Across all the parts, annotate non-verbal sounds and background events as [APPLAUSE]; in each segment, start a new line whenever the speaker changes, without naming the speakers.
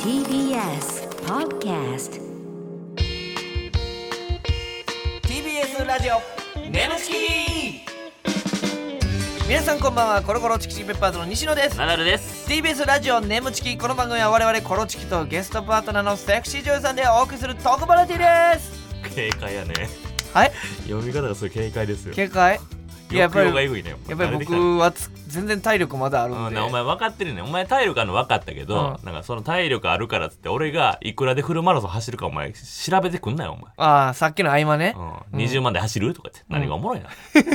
TBS Podcast
TBS ラジオネムチキ皆さんこんばんはコロコロチキチキペッパーズの西野です
ナダルです。
TBS ラジオネムチキこの番組は我々コロチキとゲストパートナーのセクシー女優さんでお送りするトークバラエティです
警戒やね。
はい
読み方がすごい警戒ですよ。
警戒いややっぱり
抑揚がえぐいね。
やっぱり
慣れてき
僕
たね
はつ全然体力まだある
うんん
で
なお前分かってるね。お前体力あるの分かったけど、
うん
なんかその体力あるからっつって、俺がいくらでフルマラソン走るかお前調べてくんなよ、お前。
ああさっきの合間ね
うん、20万で走るとか言って、何がおもろいな。15,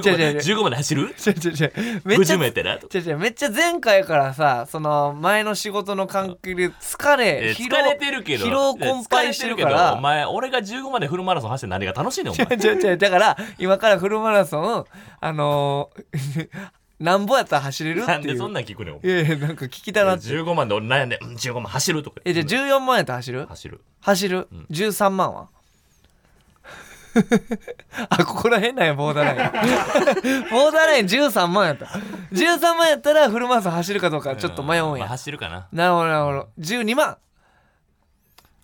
違う [LAUGHS] 違う
ま
違う
で15まで走る
ちょちょちょめっちゃ
?50 メートルとか。
違う違うめっちゃ前回からさその前の仕事の関係で疲れ
え疲れてるけど、
疲労困憊してるか
疲れてけどお
ら
前、俺が15までフルマラソン走って何が楽しいねん、お前。
[LAUGHS] 違う違うだから今からフルマラソンあのー、 [LAUGHS] なんぼやったら走れる
な
っ
ん
てい
でそん
う
なん聞くねん、お前
い。やいやなんか聞きたなって
15万で俺悩んで、うん15万走るとか
えじ
言
ゃ
って
あ14万やったら走る
走る
走る、13万は [LAUGHS] あここら辺なんやボーダーライン [LAUGHS] ボーダーライン13万やった13万やったらフルマラソン走るかどうかちょっと迷うん
ま
や
あ、走るかな
なるほどなるほど12万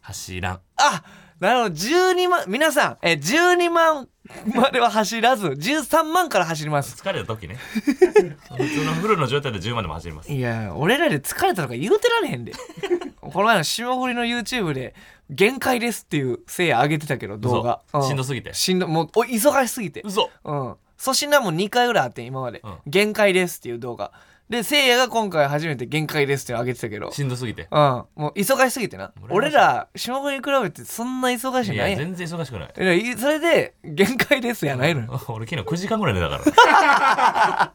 走らん
あなるほど12万皆さんえ12万までは走らず13万から走ります
疲れ
[LAUGHS]
た時ね普通のフルの状態で10万でも走ります
いや俺らで疲れたのか言うてられへん
[LAUGHS]
でこの前の霜降りの YouTube で「限界です」っていうせいや上げてたけど動画、
嘘
う
しんどすぎて
しんどもうお忙しすぎて
嘘
うん粗品も2回ぐらいあってん今まで、
うん
限界です」っていう動画でせいやが今回初めて「限界です」っていうの上げてたけど
しんどすぎて
うんもう忙しすぎてな俺
俺
ら霜降りに比べてそんな忙しい
い
な
や
いやん
全然忙しくない [LAUGHS]
いやいそれで「限界です」やないのよ、
俺昨日9時間ぐらい寝たから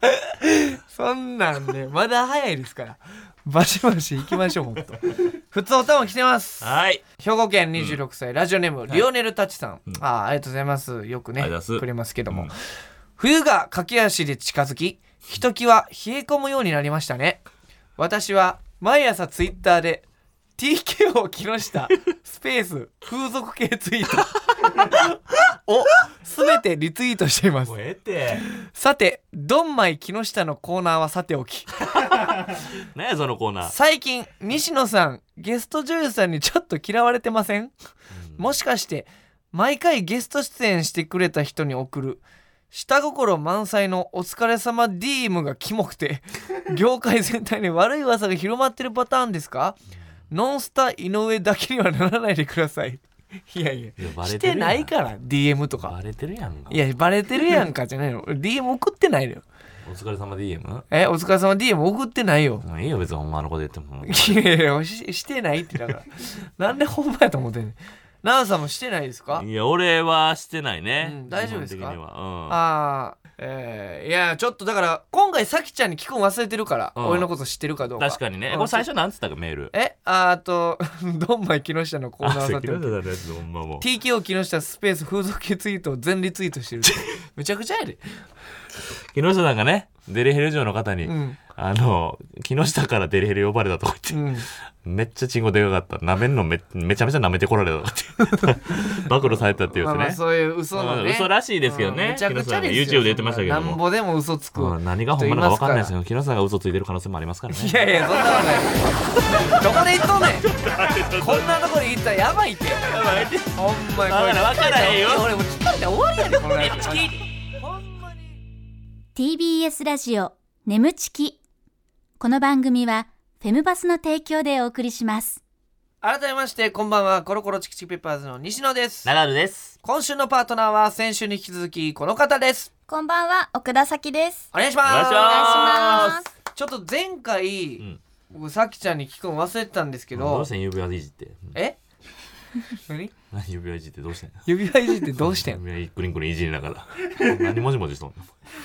そんなんで、まだ早いですからバシバシ行きましょうほん
[LAUGHS]
と普通おたも来てます
[LAUGHS] はい
兵庫県26歳、ラジオネームリオネルタチさん、あーありがとうございますよくね
ありがとうございます
くれますけども、
うん
冬が駆け足で近づきひときわ冷え込むようになりましたね私は毎朝ツイッターで TKO 木
[LAUGHS]
下スペース風俗系ツイートを全てリツイートしています
もうええって
さてドンマイ木下のコーナーはさておき
何やそのコーナー
最近西野さんゲスト女優さんにちょっと嫌われてません、もしかして毎回ゲスト出演してくれた人に送る下心満載のお疲れ様 DM がキモく
[LAUGHS]
て業界全体に悪い噂が広まってるパターンですかノンスタ井上だけにはならないでくださいいやいや
いやバレ
して
るや
て
ん
ないから DM と
バ
か
レてるやんか
いやバレてるやんかじゃないの DM 送ってないのよ
お疲れ様 DM?
えお疲れ様 DM 送ってないよ
もういいよ別にほんまのこと言っても
いやいやししてないってだからなんでほんまやと思ってんねん奈々さんもしてないですか
いや俺はしてないね、
うん大丈夫ですか
基本的には
ああえー、いやちょっとだから今回さきちゃんに聞くん忘れてるから、
うん
俺のこと知ってるかどう
う
んか
確かにね
うん
これ最初なんつったかメール
えああと [LAUGHS] ドンマイ木下のコーナーをさてお
[LAUGHS]
き
のやつほんまもう
TKO 木下スペース風俗系ツイートを全リツイートしてる
[LAUGHS]
めちゃくちゃやで
木下さんがねデレヘル嬢の方に、
うん
あの木下からデレヘル呼ばれたとか
う
言って、
ん
めっちゃチンコでかかった舐めんのめめちゃめちゃ舐めてこられたとか言って [LAUGHS] 暴露されたっていう
ま
や
あ
つ
まあそ
ね、
ういう嘘のね、
うん嘘らしいですけどね
うんめちゃくちゃですよ
木下さんが YouTube で言ってましたけども
なんぼでも嘘つく
うん何がほんまなのか分かんないですけ
よ
ど木下さんが嘘ついてる可能性もありますからね
いやいやそんなことないどこで言っとんねんこんなとこで言ったらやばいってほんまにこれ
わからんわからへんよ
俺もう聞かれて終わりやでこのやつ
TBS ラジオ眠ちきこの番組はフェムバスの提供でお送りします
改めましてこんばんはコロコロチキチキペッパーズの西野です
ナダルです
今週のパートナーは先週に引き続きこの方です
こんばんは奥田咲です
お願いします
お願いしま
ちょっと前回、
ん
僕さきちゃんに聞くの忘れてたんですけ
ど
ど
うしてん指輪いじってうん
え何
何指輪いじってどうしてん
指輪いじってどうしてん
指輪グリングリンいじりな
[LAUGHS]
がら何もじもじしとん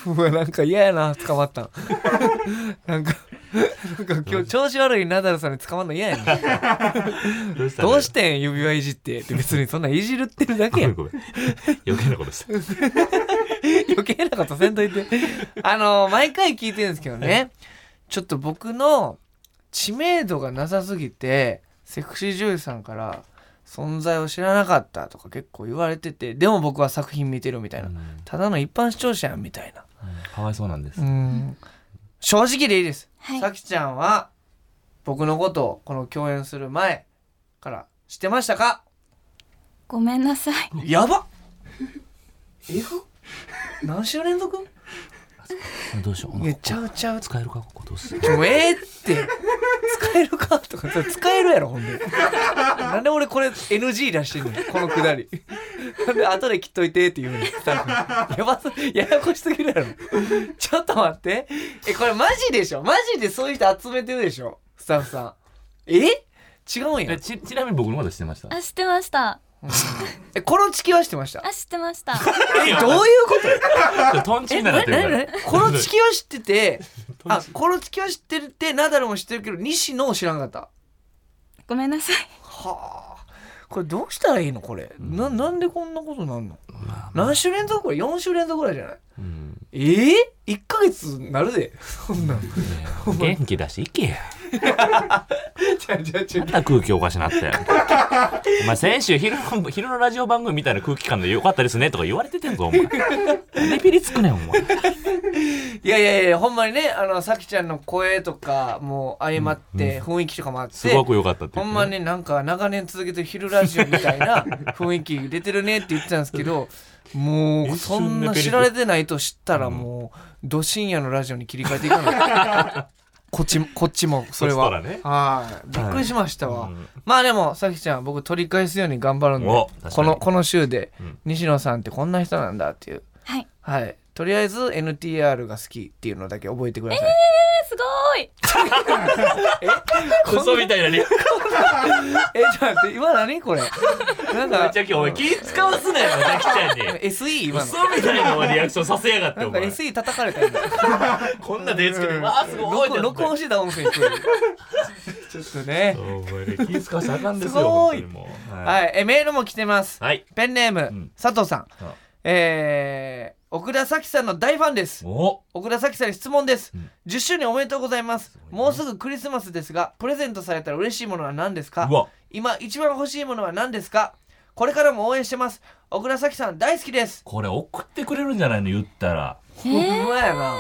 の
うわなんか嫌やな捕まったん [LAUGHS] なんかなんか今日調子悪いナダルさんに捕まんの
[LAUGHS]
嫌やな
どうした
どうしてん指輪いじってって別にそんなんいじるってるだけ
ごめ
や
ん
ん
[LAUGHS] ごめん余計なことした
余計なことせんといてあの毎回聞いてるんですけどねちょっと僕の知名度がなさすぎてセクシー女優さんから存在を知らなかったとか結構言われててでも僕は作品見てるみたいな
うん
ただの一般視聴者やんみたいな
かわいそうなんです
うん正直でいいです、
はい
さきちゃんは僕のことをこの共演する前から知ってましたか
ごめんなさい
やばっえぐ何週連続
どうしよう
いやちゃうちゃう
使えるかここどうする
もうええって使えるかとかそれ使えるやろほんでなんで俺これ NG 出してんのこのくだりなんで後で切っといてって言うのスタッフやばすややこしすぎるやろちょっと待ってえこれマジでしょマジでそういう人集めてるでしょスタッフさんえ違うんや
えちちなみに僕のことしてました
[LAUGHS] あ知ってました
えコロチキはしてました
あ知ってました
えどういうこと
トンチ
え
ンな
な
なってるか
な [LAUGHS]
ら
なコロチキは知ってて
トン
あ
チン
コロチキは知ってるってナダルも知ってるけど西野を知らんかった
[LAUGHS] ごめんなさい
はあこれどうしたらいいのこれ、ななんでこんなことなんの、
まあ
何週連続これ4週連続ぐらいじゃない
うん
ええ1ヶ月なるでそんなん
元気だし行けや
ちゃちゃちゃ
また空気おかし
[LAUGHS]
なってお前先週昼の昼のラジオ番組みたいな空気感でよかったですねとか言われててんぞお前なんでピリつくねんお前
いやいやいやほんまにねあのさきちゃんの声とかも相まって、雰囲気とかもあって
すごく良かったって
ほ
言って
ん
ね
まになんか長年続けてる昼ラジオみたい
[LAUGHS]
な雰囲気出てるねって言ってたんですけどもう
一瞬で
そんな知られてないと知ったらもうど深夜のラジオに切り替えていかない
[LAUGHS]
こっちこっちもそれ
そしたら
は、
ね
はいびっくりしましたわ、
うん
まあでもさきちゃん僕取り返すように頑張るんで
お確かに
このこの週で、
うん
西野さんってこんな人なんだっていう
はい
はいとりあえず NTR が好きっていうのだけ覚えてください、
えすごーい
クソみたいなリアクシ
えちょっと待って今何これなん
ョン
か
[LAUGHS] めちゃくちゃお前気使わすなよザキちゃんに
SE [LAUGHS]
ク
今の
ソみたいなお前リアクションさせやがって
な
お
んか
前
SE 叩かれたよ
[LAUGHS]
ね
こんな手つけて
うん
わあすごいって
録録音してた音声聞こえるちょっとね
お前ね気使わせあかんですよ
すごい
本当にもう [LAUGHS] はい
はいえメールも来てます
はい
ペンネーム、
ん
佐藤さん
あ
えー、奥田咲さんの大ファンです
お
奥田咲さんに質問です、
うん
10周年おめでとうございます
ごいね
もうすぐクリスマスですがプレゼントされたら嬉しいものは何ですか
うわ
今一番欲しいものは何ですかこれからも応援してます奥田咲さん大好きです
これ送ってくれるんじゃないの言ったら
ほんまやな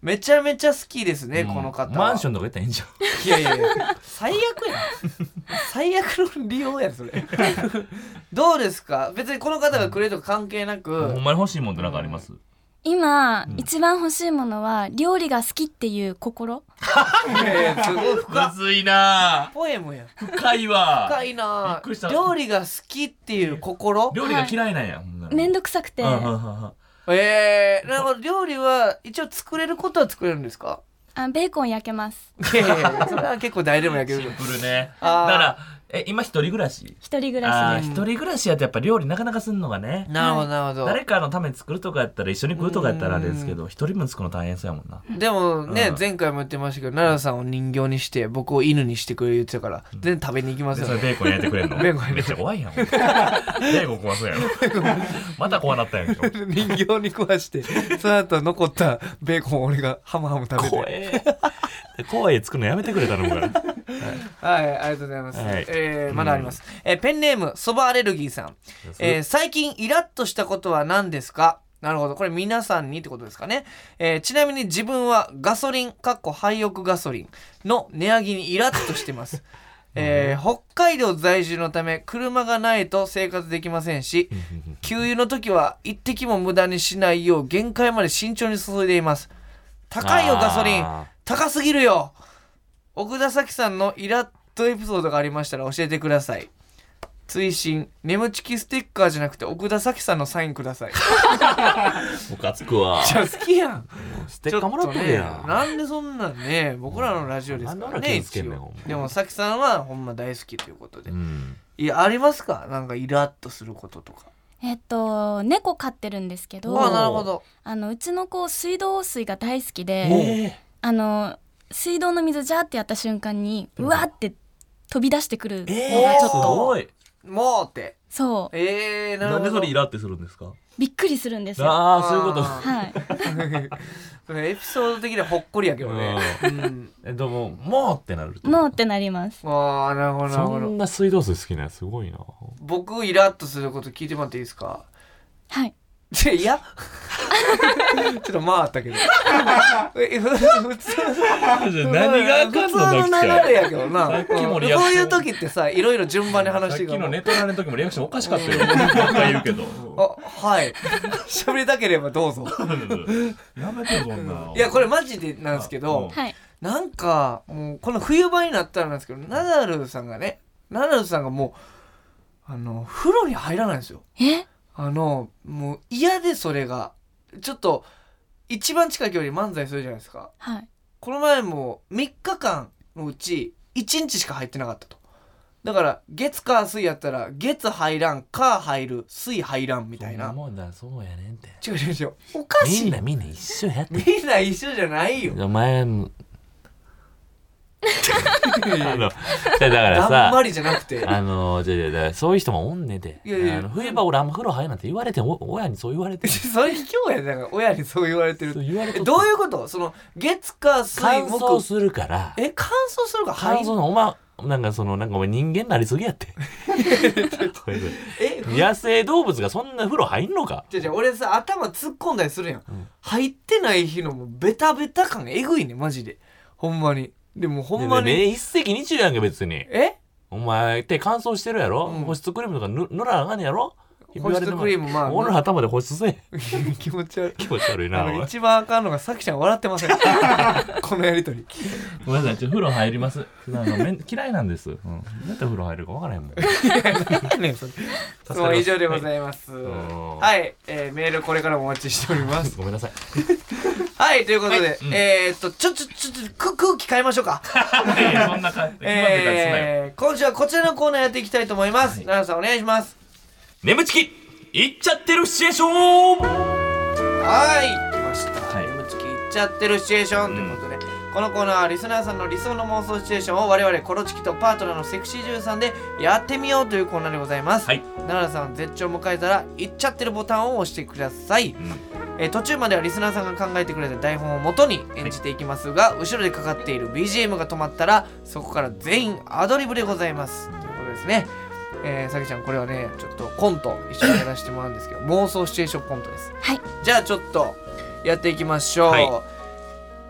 めちゃめちゃ好きですね、この方は
マンションとか行ったらいいんじゃん
いやいやいや最悪やん最悪の利用やんそ [LAUGHS] れどうですか別にこの方がくれるとか関係なく、
ほんまに欲しいもんってなんかあります
今、一番欲しいものは料理が好きっていう心
いやいやすごい深
む
っ
ずいな
ポエムやん
ぁ深いわ
深いな
びっくりした
料理が好きっていう心
料理が嫌いなんやほんなら
めんどくさくて
うんうんうんうん
えー、なるほど料理は一応作れることは作れるんですか
あベーコン焼けます
いやいやそれは結構誰でもやけど
シ [LAUGHS] ンプルねだ
あー
からえ今一人暮らし
一人暮
あ
ら
あ
し
ー
で
一人暮らしやとやっぱ料理なかなかすんのがね
なるほどなるほど
誰かのために作るとかやったら一緒に食うとかやったらあれですけど一人分作るの大変そうやもんな
でもね、
うん
前回も言ってましたけど奈良さんを人形にして僕を犬にしてくれる言ってたから全然食べに行きます
で
よ
そ
ね
れベーコン焼いてくれんの
ベーコン焼いて
めっちゃ怖いやんベーコン怖そう
[LAUGHS]
やろまた怖なったやんけ
人形に食わ
[LAUGHS]
してその後残ったベーコンを俺がハムハム食べ
怖
て
え怖い作るのやめてくれたのから
はいありがとうございます、
はい
えーまだあります、えーペンネームそばアレルギーさん、 [LAUGHS] えー最近イラッとしたことは何ですかなるほどこれ皆さんにってことですかね、えーちなみに自分はガソリンかっこ廃屋ガソリンの値上げにイラッとして
[LAUGHS]
ます、えー北海道在住のため車がないと生活できませんし給油の時は一滴も無駄にしないよう限界まで慎重に注いでいます高いよガソリン
あー
高すぎるよ奥田咲さんのイラッとエピソードがありましたら教えてください追伸眠ちきステッカーじゃなくて奥田咲さんのサインくださ
[LAUGHS]
い
ムカつくわ
[LAUGHS] じゃあ好きやん
ステッカーもらってるや
ちょっとね
ん
なんでそんなんね僕らのラジオですから
なんで俺
ね
傷つけんねん
一応
ほんま
でも咲さんはほんま大好きということで、
うん
いやありますかなんかイラッとすることとか
えっと猫飼ってるんですけ
あ
ど
あなるほど
あのうちの子水道水が大好き
お
であの水道の水ジャーってやった瞬間にうわーって飛び出してくるのが
え
ちょっ
す
と
ごい
もうって
そう
えー、なるほ
なん
ど
でそれイラってするんですか
びっくりするんですよ
ああそういうこと
あ
はい
そ [LAUGHS] れエピソード的にはほっこりやけどねうん
えでももうってなる
もうってなります
ああなるほどなる
そ
ほど
んな水道水好きなんやすごいな
僕イラッとすること聞いてもらっていいですか [LAUGHS]
はい
でいや [LAUGHS] ちょっと回ったけど [LAUGHS] えふ普通
何があかん
普
の
通の流れやけどな
さっきも
うん
リアク
そう
ション
いう時ってさいろいろ順番に話し
さ
て
っ
いく
き
から
のネトラレの時もリアクションおかしか [LAUGHS] ったよ。何回言う
[LAUGHS]
けど。
あはい喋りたければどうぞ
[LAUGHS] やめてよそんな。
いやこれマジでなんですけど
うん
はい
なんかもうこの冬場になったらなんですけどナダルさんがねナダルさんがもうあの風呂に入らないんですよ
え
あのもう嫌でそれがちょっと一番近い距離で漫才するじゃないですか
はい
この前も3日間のうち1日しか入ってなかったとだから月火水やったら月入らん火入る水入らんみたいな
もんだそうやねんて。
違う違う違うおかしい
みんなみんな一緒やって。
みんな一緒じゃないよ
お前も。 [LAUGHS] あの、だから
あんま
さ、
りじゃなくて
あの、じゃじゃだからそういう人もおんねんて。
いやいや
あの冬場俺あんま風呂入らなんて言われてん、お親にそう言われて
[LAUGHS]
ん。
それ卑怯やだから親にそう言われてる
そう言われ
え
てん
どういうことその月火水
乾燥
木
するから。
え乾燥するから
乾
入
燥
る
のお前、なんかその、なんかお前人間になりすぎやって。
[LAUGHS]
これで
え
野生動物がそんな風呂入んのか
じゃじゃ俺さ頭突っ込んだりするやん、
ん
入ってない日のもうベタベタ感えぐいねマジでほんまにでもほんまに、
ねえねえ一石二鳥やんけ別に
え
お前手乾燥してるやろ、
うん
保湿クリームとかぬ塗らなあかんねやろ
保湿クリームまあ
俺の頭で保湿せえ
[LAUGHS]
[LAUGHS]
気持ち悪い
気持ち悪いな
あ
おい
の一番あかんのがさきちゃん笑って
[LAUGHS]
ませんこのやりとり
ごめんなさいちょっと風呂入りますあのめん嫌いなんです、うん、どうやって風呂入るか分からへんもん
何やねんそれ
ます
そう以上でございます
は
はいい、えーメールこれからもお待ちしております
[LAUGHS] ごめんなさい
はいということで、えーっとちょちょちょちょく空気変えまし [LAUGHS] ょうか
そんな感じ
えー、今週はこちらのコーナーやっていきたいと思います、奈良さんお願いします
眠ちき行っちゃってるシチュエーション
はい来ました、
はい
眠ちきいっちゃってるシチュエーションということで、このコーナーはリスナーさんの理想の妄想シチュエーションを我々コロチキとパートナーのセクシー女優さんでやってみようというコーナーでございます、
はい、
奈良さんは絶頂を迎えたら「いっちゃってる」ボタンを押してください、
ん
えー途中まではリスナーさんが考えてくれた台本を元に演じていきますが、後ろでかかっている BGM が止まったらそこから全員アドリブでございますということですねえー、さきちゃんこれはねちょっとコント一緒にやらせてもらうんです [LAUGHS] けど妄想シチュエーションコントです
はい
じゃあちょっとやっていきましょう、
はい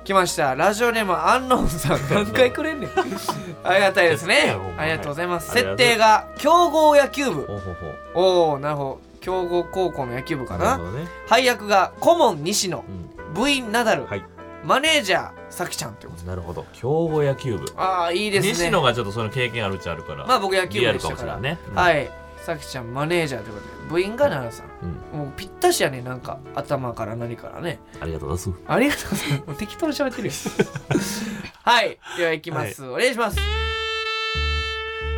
来ましたラジオネームアンノンさん [LAUGHS] 何回くれんねんありがたいです
い
ね
やほんま
ありがとうございます
ありがとう
設定が強豪野球部
おほほ
おおなるほど強豪高校の野球部か
なるほ
な
どね、
配役が顧問西野
う
部員ナダル、
はい
マネージャーさきちゃんってこと
ん、なるほど強豪野球部
ああいいですね
西野がちょっとその経験あるっちゃあるから
まあ僕野球
リア
部
ル
でし
か
た
もし
から
れないね、うん
はいさきちゃんマネージャーということで部員が奈良さん、
うん、
もうぴったしやねなんか頭から何からね
ありがとうございます
ありがとうござい
[LAUGHS]
ますもう適当に喋ってるよ [LAUGHS] はいではいきます、お願いします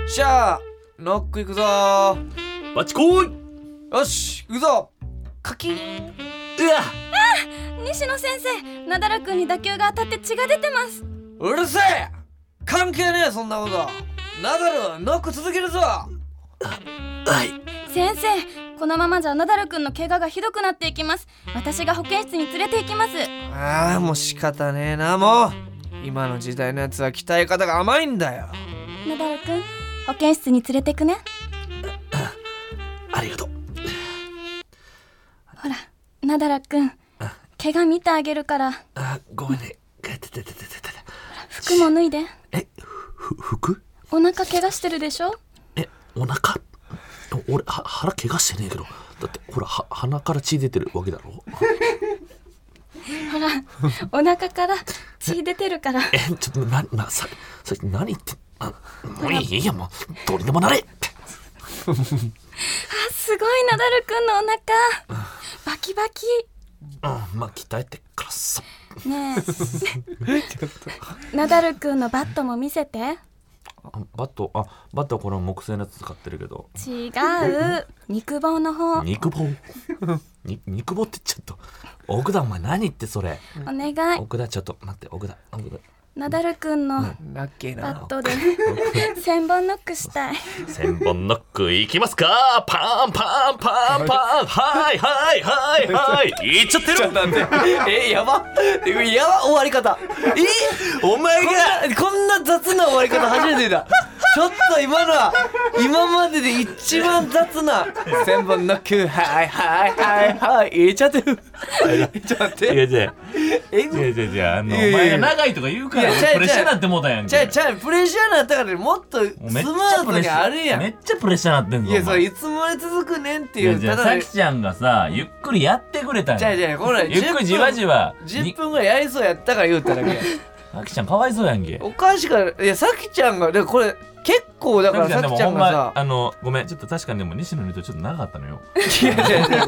しゃあノックいくぞー
バチコイ
よし行くぞカキン
うわ
西野先生なだらくんに打球が当たって血が出てます
うるせえ関係ねえそんなことナダルノック続けるぞ
はい
先生このままじゃなだらくんの怪我がひどくなっていきます私が保健室に連れて行きます
ああもう仕方ねえなもう今の時代のやつは鍛え方が甘いんだよ
なだらくん保健室に連れてくね
ありがとう
ほらなだらくん怪我見てあげるから
あごめんね帰ってててててて
服も脱いで
えふ服
お腹怪我してるでしょ
えお腹俺は腹怪我してねえけどだってほらは鼻から血出てるわけだろ
ほらお腹から血出てるから
えちょっとななささ何言ってあもういいいいやもうどうにでもなれ
すごいなだるくんのお腹バキバキ
うんまあ鍛えてからさ
ね
[LAUGHS]
えなだるくんのバットも見せて違う
あバットあバットはこの木製のやつ使ってるけど
肉棒の方お
肉棒に肉棒ってちょっと奥田お前何言ってそれ
願い
奥田ちょっと待って奥田奥田
なだるくんの
なっけえ
バ
な
ットで千本ノックしたい
千本ノックいきますかパンパンパンパンはいはいはいはいいっちゃって
[LAUGHS]
る
なんでえやばえやば終わり方え
お前が
こんなこんな雑な終わり方初めてだちょっと今のは今までで一番雑な千本の9はいはいはいはい言えちゃってるちょっと待っ
違
て
う違う
えぐ
違う違う違うあの
いやい
お
やい
前
や
が長いとか言うから
いや違う違う
俺プレッシャーなってもうたやんけ
じゃあじゃあプレッシャーなったからもっとス
もう
マ
めっち
ー
ゃプ
ト
レッ
に
シャ
あ
ー
るやん
めっちゃプレッシャーなってんぞ
いや
お
そ
前
れいつまで続くねんって
い
い
や
う
じゃ
た
あ
だ
さ
の
きちゃんがさゆっくりやってくれたん
じゃ
や
あじゃあこれ
ゆっくりじわじわ
10
に
分ぐらいやりそうやったから言うただ
[LAUGHS]
け
さきちゃんかわいそうやんけ
おかしいからいやさきちゃんがでこれ結構だから
さ
さ
きで
き
も
ちゃ
ほ
ん
ん
が
ま
さ
あのごめんちょっと確かにでも西野にとちょっと長かったのよ
いやいやいやいや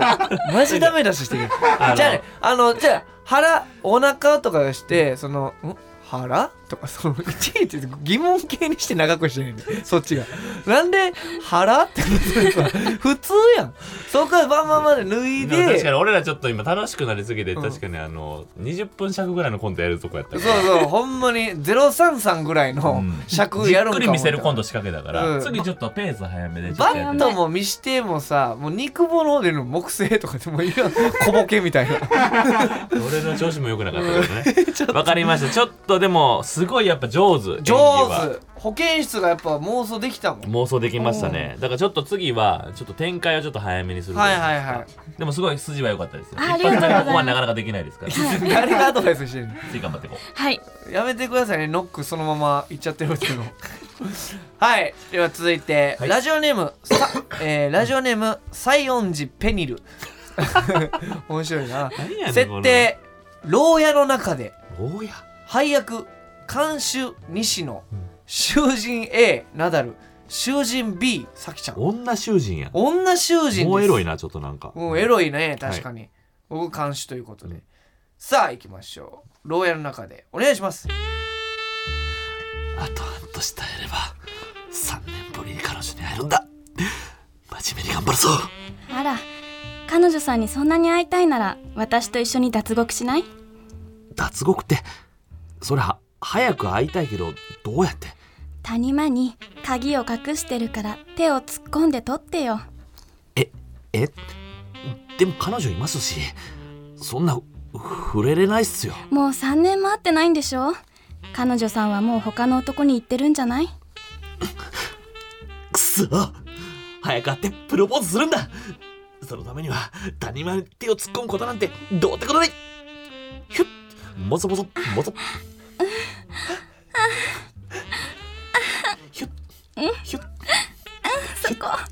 マジダメ出ししてる
あの
じゃあねあのじゃあ腹お腹とかがしてそのん腹とかそのいちいち疑問形にして長くしてないんだよそっちがなんで腹ってことでさ普通やんそこからバンバンまで脱い
でも
で
確か
そ
に俺らちょっと今楽しくなりすぎて、
うん
確かにあの20分尺ぐらいのコントやるとこやった
う
から
そうほんまに033ぐらいの
うん
尺やるんか
じっくり見せる
思
コ
っ
ント仕掛けだから、
うん
次ちょっとペース早めでちょった
バ
とや
ッ
って
トも見してもさもう肉棒の方での木製とかでもいい
[LAUGHS]
やん小ボケみたいな
俺の調子も良くなかった
[LAUGHS]
けどねわかりましたちょっとでもすごいやっぱ上手演技
上
は
手保健室がやっぱ妄想できたもん
妄想できましたねだからちょっと次はちょっと展開をちょっと早めにすると
はいはいはい
でもすごい筋は良かったですよ
あありがとうございます
一発目のここはなかなかできないですから
誰がアドバイスしてるの
次頑張っていこう
はい
やめてくださいねノックそのままいっちゃってるって
[LAUGHS]
いうのはいでは続いて、
はい
ラジオネームさ、えーラジオネーム西園寺ペニ
[LAUGHS]
ル面白いな
何やねん
設定牢屋の中で
おや
配役監修西野囚人 A ナダル囚人 B さきちゃん
女囚人や
女囚人です
もうエロいなちょっとなんか
もうエロいね確かに、僕監視ということで、
うん
さあ行きましょう牢屋の中でお願いします
あと半年耐えれば3年ぶりに彼女に会えるんだ真面目に頑張るぞ
あら彼女さんにそんなに会いたいなら私と一緒に脱獄しない
脱獄ってそれは早く会いたいけどどうやって
谷間に鍵を隠してるから手を突っ込んで取ってよ
えでも彼女いますしそんな触れれないっすよ
もう3年も会ってないんでしょ彼女さんはもう他の男に行ってるんじゃない
くそ早く会ってプロポーズするんだそのためには谷間に手を突っ込むことなんてどうってことないひゅっもぞもぞもぞひゅっひゅっ
そこあ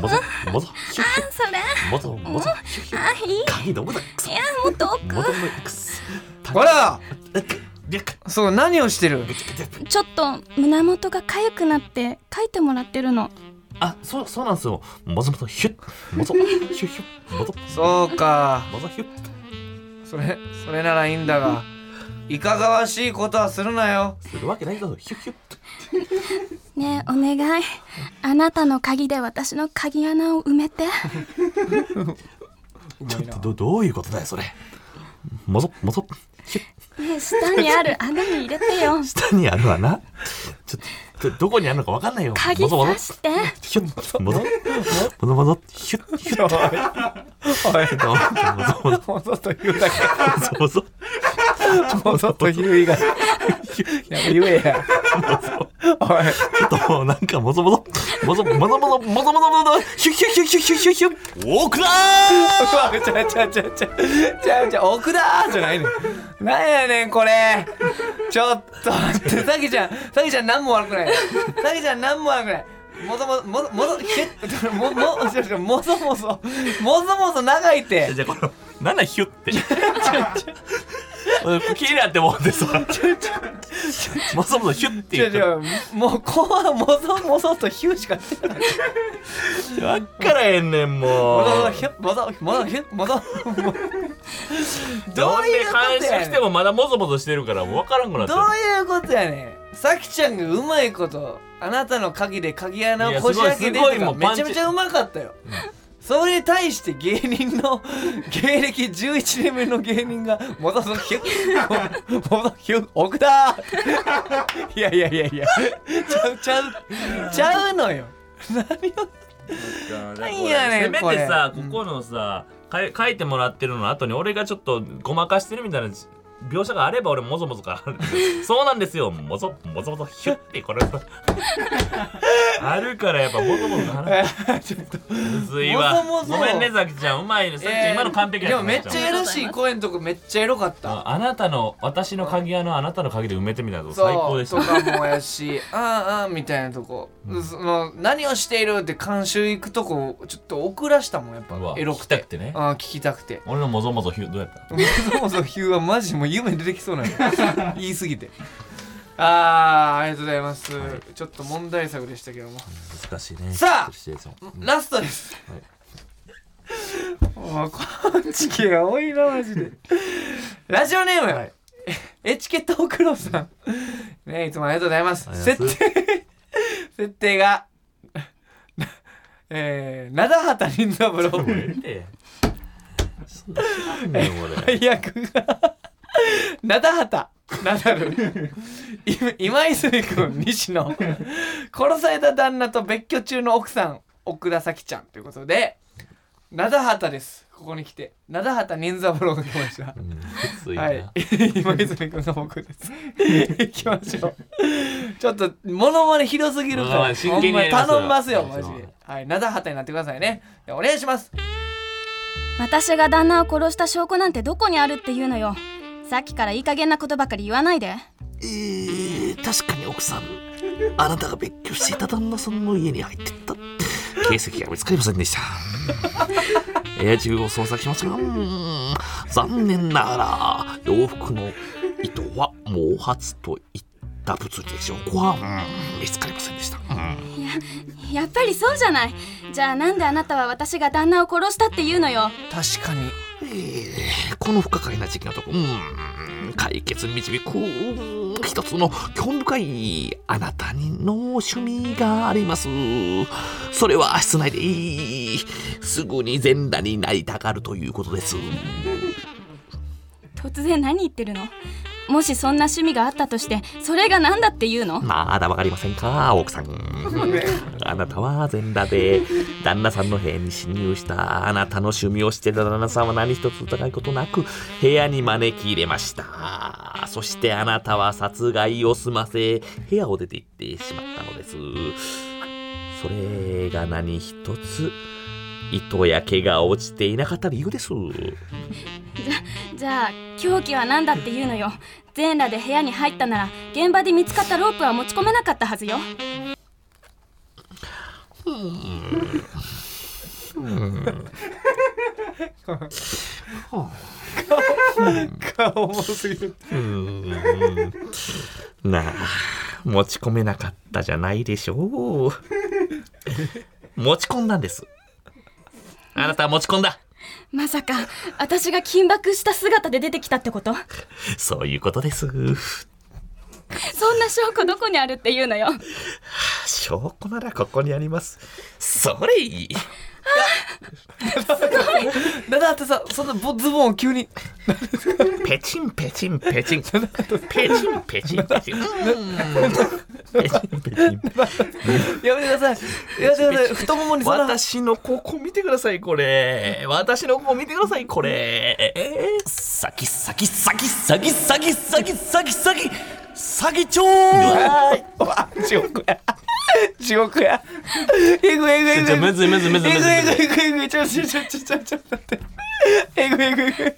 もぞもぞひゅっ
それ
もぞもぞひゅっひゅっ
あいいい
鍵飲むなくそ
やもっと
も
奥
ぞもぞくそ
ほら
りゃく
そう何をしてる
ちょっと胸元が痒くなって書いてもらってるの
あそうそうなんですよもぞもぞひゅっもぞひゅっひゅっもぞ
そうか
もぞひゅっ
それそれならいいんだ
[LAUGHS]
がいかがわしいことはするなよ
するわけないぞひゅっひゅっ
ねえお願いあなたの鍵で私の鍵穴を埋め [LAUGHS] て
ちょっとどどういうことだよそれ。もぞもぞひゅ
ねえ下にある穴に入れてよ
下にあるわな。ちょっとどどこにあるのかわかんないよ。
鍵
もぞもぞ
刺して
ひゅもぞもぞもぞひゅひゅもぞもぞ
もぞというだ
もぞ
けもぞという以外やめ言えやおい
ちょっともうなんかもぞもぞもぞもぞもぞもぞもぞもぞひゅひゅひゅひゅひゅひゅひゅウォークだー
ちゃうちゃうちゃうちゃうちゃうちゃう奥だーじゃないねんなんやねんこれちょっと待ってさきちゃんさきちゃん何も悪くないさきちゃん何も悪くないもぞもぞもぞもぞひゅっもももぞもぞもぞもぞもぞ長いって
じゃあこのなんだひゅって。 [LAUGHS] 俺気になってもうてさ。 [LAUGHS] もぞもぞひゅって
違
言
う
って。
違うもうこはもぞもぞとヒューしか出てない
わっからへんねんも
も
う。
ぞもぞヒュッもぞもぞヒュッもぞもうどういうこと
なん
や
で監視
ねん
して
ど
もまだもぞもぞしてるからもう分からんくなっちゃう
ういうことやねんさきちゃんがうまいことあなたの鍵で鍵穴をこじ開けてと
いやすごいすごいも
か
う
め
パ
ち
ンチ
ゃめちゃうまかったよそれに対して芸人の芸歴11年目の芸人が「もぞもぞヒュッもぞヒュッ奥だ!」いやいやいやいやちゃうちゃうちゃうのよなんやね
せ
ん
め
これ
てさここのさかい書いてもらってるの後に俺がちょっとごまかしてるみたいな描写があれば俺もぞもぞか
[LAUGHS]
そうなんですよもぞもぞもぞヒュッてこれあるからやっぱもぞもぞの話
ちょっと
むずいわ
もぞもぞ
ごめんねザキちゃんうまいねさきちゃん今の完璧
で
や
もめっちゃエロしい声のとこめっちゃエロかった
ああなたの私の鍵穴あなたの鍵で埋めてみたいなとこ
そう
最高でした
とかもやし [LAUGHS] あんあんみたいなとこ、その何をしているって監修行くとこちょっと遅らしたもんやっぱ
うわ
エロく
聞き
て
たくてね
あー聞きたくて
俺のもぞもぞヒュッどうやった
そもそもヒューはマジもう夢に出てきそうなんや言い過ぎてあーありがとうございます、ちょっと問題作でしたけども
難しいね
さあ
失礼します
ラストです。
はい
おい、こんち系が多いな、マジで。ラジオネーム、エチケットおくろさん。ねいつもありがとうございます
あ。りがとうご
設
ざ
定、設定が、 [LAUGHS] えー、灘畑任三郎。
もうええってそんな知らんねん俺
配役が、灘畑。ナダルい今泉君西野殺された旦那と別居中の奥さん奥田咲ちゃんということで灘畑ですここに来て灘畑任三郎が来ました
うんきついな
はい [LAUGHS] 今泉君が僕です [LAUGHS] 行きましょうちょっとモノマネ広すぎるから
モノマネ真剣にやります
ほんま頼ん
そ
ます
れは
よマジではい灘畑になってくださいねではお願いします
私が旦那を殺した証拠なんてどこにあるっていうのよさっきからいい加減なことばかり言わないで
えー確かに奥さんあなたが別居していた旦那さんの家に入ってった形跡が見つかりませんでした
[LAUGHS]
部屋中を捜索しましたがうーん残念ながら洋服の糸は毛髪といった物理的証拠はうーん見つかりませんでした、うん
やっぱりそうじゃないじゃあなんであなたは私が旦那を殺したっていうのよ
確かに
えーこの不可解な時期のとこ、うーん、解決に導く、うーん一つの興味深いあなたにの趣味があります。それは室内でいい。すぐに全裸になりたがるということです。
突然何言ってるのもしそんな趣味があったとしてそれが何だっていうの
まだわかりませんか、奥さん。あなたは全裸で、旦那さんの部屋に侵入したあなたの趣味をしていた旦那さんは何一つ疑うことなく、部屋に招き入れました。そしてあなたは殺害を済ませ、部屋を出て行ってしまったのです。それが何一つ、糸や毛が落ちていなかった理由です。
じゃあ凶器は何だっていうのよ全裸で部屋に入ったなら現場で見つかったロープは持ち込めなかったはずよ
顔重すぎる
うーんなあ持ち込めなかったじゃないでしょう [LAUGHS] 持ち込んだんですあなたは持ち込んだ
まさか私が緊縛した姿で出てきたってこと
そういうことです
そんな証拠どこにあるっていうのよ
証拠ならここにありますそれいい
灘畑さんそんなボズボンを急に
ペチンペチンペチンペチンペチンペチンペチンペチンペチン
やめてください。やめてください。太ももにそんな。
私のここ見てくださいこれ私のここ見てくださいこれ
サキサキサキサキサキサキサキサキサキ超
わ地獄や。地獄や。えぐえぐえぐえ
ちょ
ぐ。
むずいむずいむずいむずい
えぐえぐえぐえぐ。ちょちょちょちょちょちょっと待って。えぐえぐえぐ。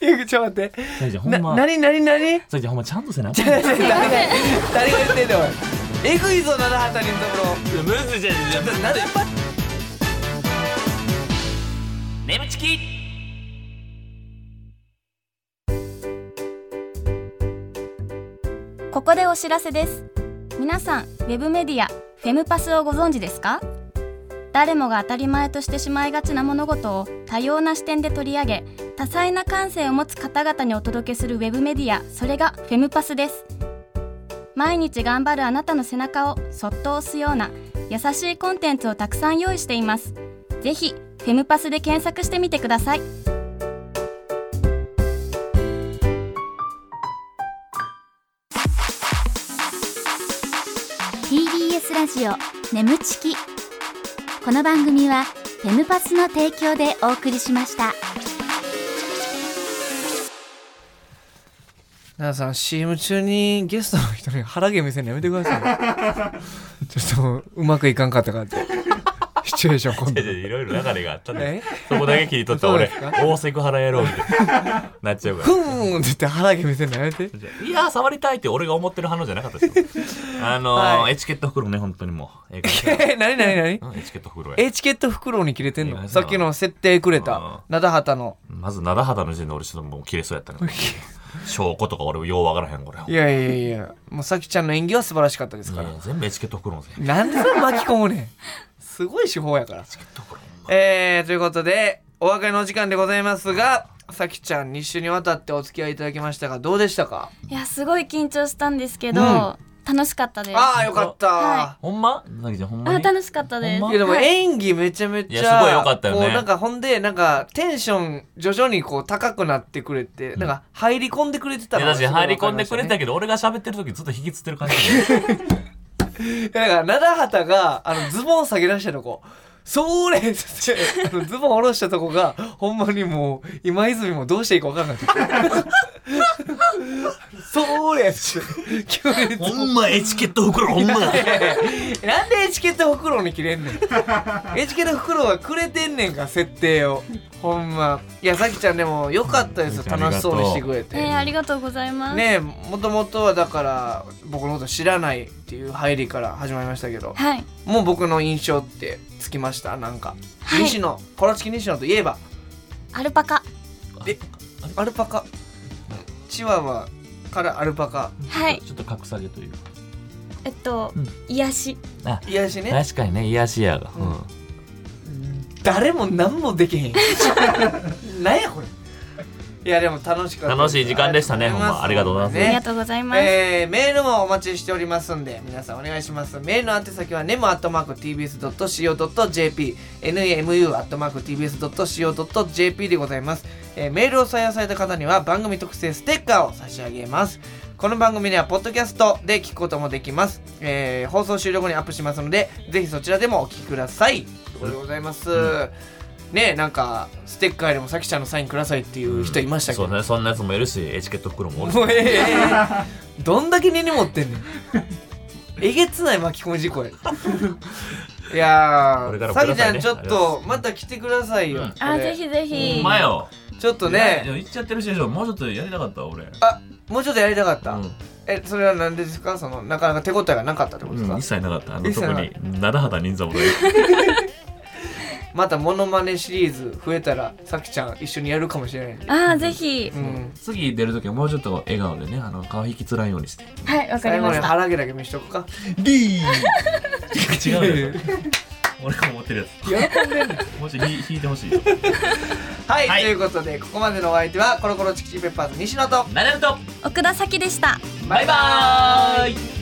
えぐちょっと待って。
サキちゃんほ
なん
ま
になになに。
サキちゃんほんまちゃんとせなむずい
誰が誰が言ってんだよおい。えぐいぞ七畑任三郎。
じゃんじゃん
なんでやっぱ
眠ちき
ここでお知らせです皆さんウェブメディアフェムパスをご存知ですか誰もが当たり前としてしまいがちな物事を多様な視点で取り上げ多彩な感性を持つ方々にお届けするウェブメディアそれがフェムパスです毎日頑張るあなたの背中をそっと押すような優しいコンテンツをたくさん用意していますぜひフェムパスで検索してみてください
す TBS ラジオ眠ちきこの番組はフェムパスの提供でお送りしました
奈々さん CM 中にゲストの人に腹毛見せるのやめてくださいちょっともううまくいかんかったからってシチュエーション今
いや
度
いやいろいろ流れがあった
[LAUGHS]
ね。
え
そこだけ切り取ったら俺
そうです、
大セクハラ野郎みたいな、なっちゃうか
ふーんって言って腹毛見せるのやめて
ら。いやー、触りたいって俺が思ってる反応じゃなかったです
[LAUGHS]
よ。あのー
は
エチケット袋ね、本当にもう。ええ
えー何何何
うんエチケット袋や。
エチケット袋に切れてん
いや
のさっきの設定くれた灘畑の
まず、灘肌の時点で俺ちょっともう切れそうやったね。証拠とか俺ようわからへん、これ。
いやいやいやもうさきちゃんの演技は素晴らしかったですから
うん全部エチケット袋のせい。エ
なんでそれ巻き込むねんすごい手法やから
チケット袋。
えー、ということでお別れのお時間でございますがさきちゃん2週にわたってお付き合いいただきましたがどうでしたか
いやすごい緊張したんですけど、
うん
楽しかったです
ああよかった、
は
ほんまさきちゃん、ほんま
あ
に。
楽しかったです
ほん
いやでも
はい
演技めちゃめちゃ
いやすごい良かったよね
こうなんかほんでなんかテンション徐々にこう高くなってくれて、なんか入り込んでくれてた
い
の
やだし
すごい
入り込んでくれた
わか
けど、俺が喋ってる時ずっと引きつって
[LAUGHS]
る感じ。
りましたねいやだから灘畑があのズボン下げ出したとこそれってあのズボン下ろしたとこがほんまにもう今泉もどうしていいか分かんなくてそれって急に
ほんまエチケット袋、ほんま。 [LAUGHS]
なんでエチケット袋に切れんねんエチケット袋はくれてんねんか設定をほんまいやさきちゃんでもよかったですよ
ありがとう
楽しそうにしてくれて
えーありがとうございます、
ねえもともとはだから僕のこと知らないっていう入りから始まりましたけど
はい
もう僕の印象ってつきましたなんか、
はい
西野コロチキ西野といえば
アルパカ
アルパカチワワからアルパカ
はい
ちょっと格下げというか。
えっと、
うん
癒し
癒やしね
確かにね、癒しやが。
うん
うん
誰も何もでき
[LAUGHS]
へんなんやこれいやでも楽しかった
楽しい時間でしたねほんまありがとうございます
ありがとうございます、
えーメールもお待ちしておりますんで皆さんお願いしますメールの宛先は nemu.tbs.co.jp nemu.tbs.co.jp でございます、えーメールを採用された方には番組特製ステッカーを差し上げますこの番組ではポッドキャストで聞くこともできます、えー放送終了後にアップしますのでぜひそちらでもお聞きくださいということでございます、ねえなんかステッカーよりもさきちゃんのサインくださいっていう人いましたけど、
そうね、そんなやつもいるし、エチケット袋もおるし
もうええええどんだけ根に持ってんねんえげつない巻き込み事故やいや
これか
ー
らも
さ
く
き
だ
ちゃ
さい
ん
ね
ちょっとまた来てくださいよ、
うん
あぜひぜ
ほ
ひ
んまよ。
ちょっと
いや
ね
いや、行っちゃってるしでしょ。もうちょっとやりたかった、俺。
あもうちょっとやりたかった、
うん
えそれは何でですかそのなかなか手応えがなかったってことですか、
一切なかった。あの、
一切
特
なかった
に、七畑任三
[LAUGHS]
郎。
またモノマネシリーズ増えたらさきちゃん一緒にやるかもしれないんで
あーぜひ
う、ん
次出るときはもうちょっと笑顔でね、あの、顔引きつらんようにして。
はいわかり
最後
ま
に
した
腹毛だけ見しとくか
リー違うよ
いやい。
[LAUGHS] 俺が思ってるや
喜んでんの
つ。もうちょい引引いてほしいよ。
[LAUGHS] はい、
はい
ということでここまでのお相手はコロコロチキチキペッパーズ西野と
なれると、
奥田咲でした
バイバーイ